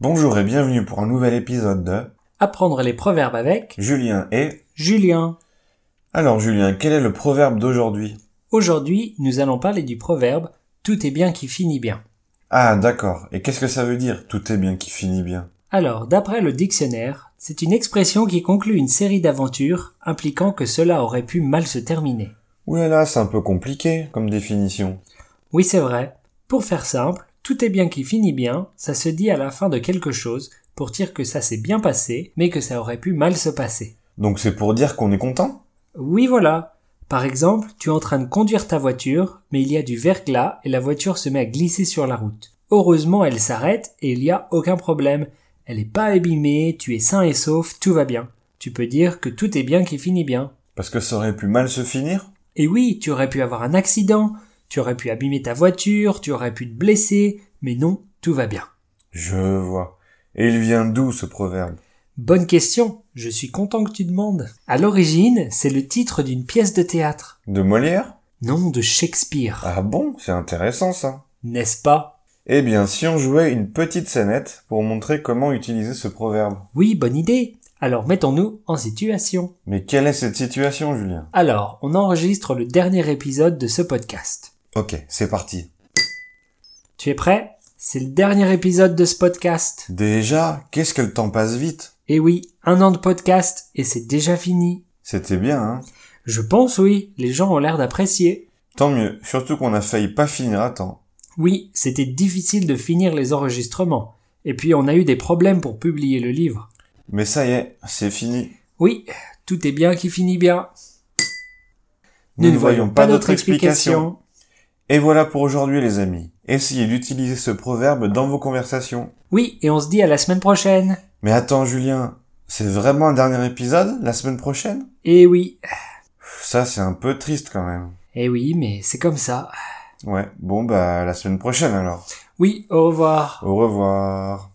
Bonjour et bienvenue pour un nouvel épisode de Apprendre les proverbes avec Julien et... Julien. Alors Julien, quel est le proverbe d'aujourd'hui Aujourd'hui, nous allons parler du proverbe Tout est bien qui finit bien. Ah d'accord, et qu'est-ce que ça veut dire Tout est bien qui finit bien Alors, d'après le dictionnaire, c'est une expression qui conclut une série d'aventures impliquant que cela aurait pu mal se terminer. Ouh là là, c'est un peu compliqué comme définition. Oui, c'est vrai. Pour faire simple, tout est bien qui finit bien, ça se dit à la fin de quelque chose pour dire que ça s'est bien passé, mais que ça aurait pu mal se passer. Donc c'est pour dire qu'on est content Oui, voilà. Par exemple, tu es en train de conduire ta voiture, mais il y a du verglas et la voiture se met à glisser sur la route. Heureusement, elle s'arrête et il n'y a aucun problème. Elle n'est pas abîmée, tu es sain et sauf, tout va bien. Tu peux dire que tout est bien qui finit bien. Parce que ça aurait pu mal se finir Et oui, tu aurais pu avoir un accident, tu aurais pu abîmer ta voiture, tu aurais pu te blesser, mais non, tout va bien. Je vois. Et il vient d'où ce proverbe Bonne question, je suis content que tu demandes. À l'origine, c'est le titre d'une pièce de théâtre. De Molière Non, de Shakespeare. Ah bon, c'est intéressant ça. N'est-ce pas Eh bien, si on jouait une petite scénette pour montrer comment utiliser ce proverbe. Oui, bonne idée. Alors mettons-nous en situation. Mais quelle est cette situation, Julien Alors, on enregistre le dernier épisode de ce podcast. Ok, c'est parti. Tu es prêt C'est le dernier épisode de ce podcast. Déjà, qu'est-ce que le temps passe vite Eh oui, un an de podcast et c'est déjà fini. C'était bien, hein Je pense oui, les gens ont l'air d'apprécier. Tant mieux, surtout qu'on a failli pas finir à temps. Oui, c'était difficile de finir les enregistrements. Et puis on a eu des problèmes pour publier le livre. Mais ça y est, c'est fini. Oui, tout est bien qui finit bien. Nous ne voyons pas d'autre explication. Et voilà pour aujourd'hui les amis. Essayez d'utiliser ce proverbe dans vos conversations. Oui, et on se dit à la semaine prochaine. Mais attends Julien, c'est vraiment un dernier épisode la semaine prochaine Eh oui, Pff, Ça c'est un peu triste quand même. eh oui, mais c'est comme ça. Ouais, bon bah à la semaine prochaine alors. Oui, au revoir. Au revoir.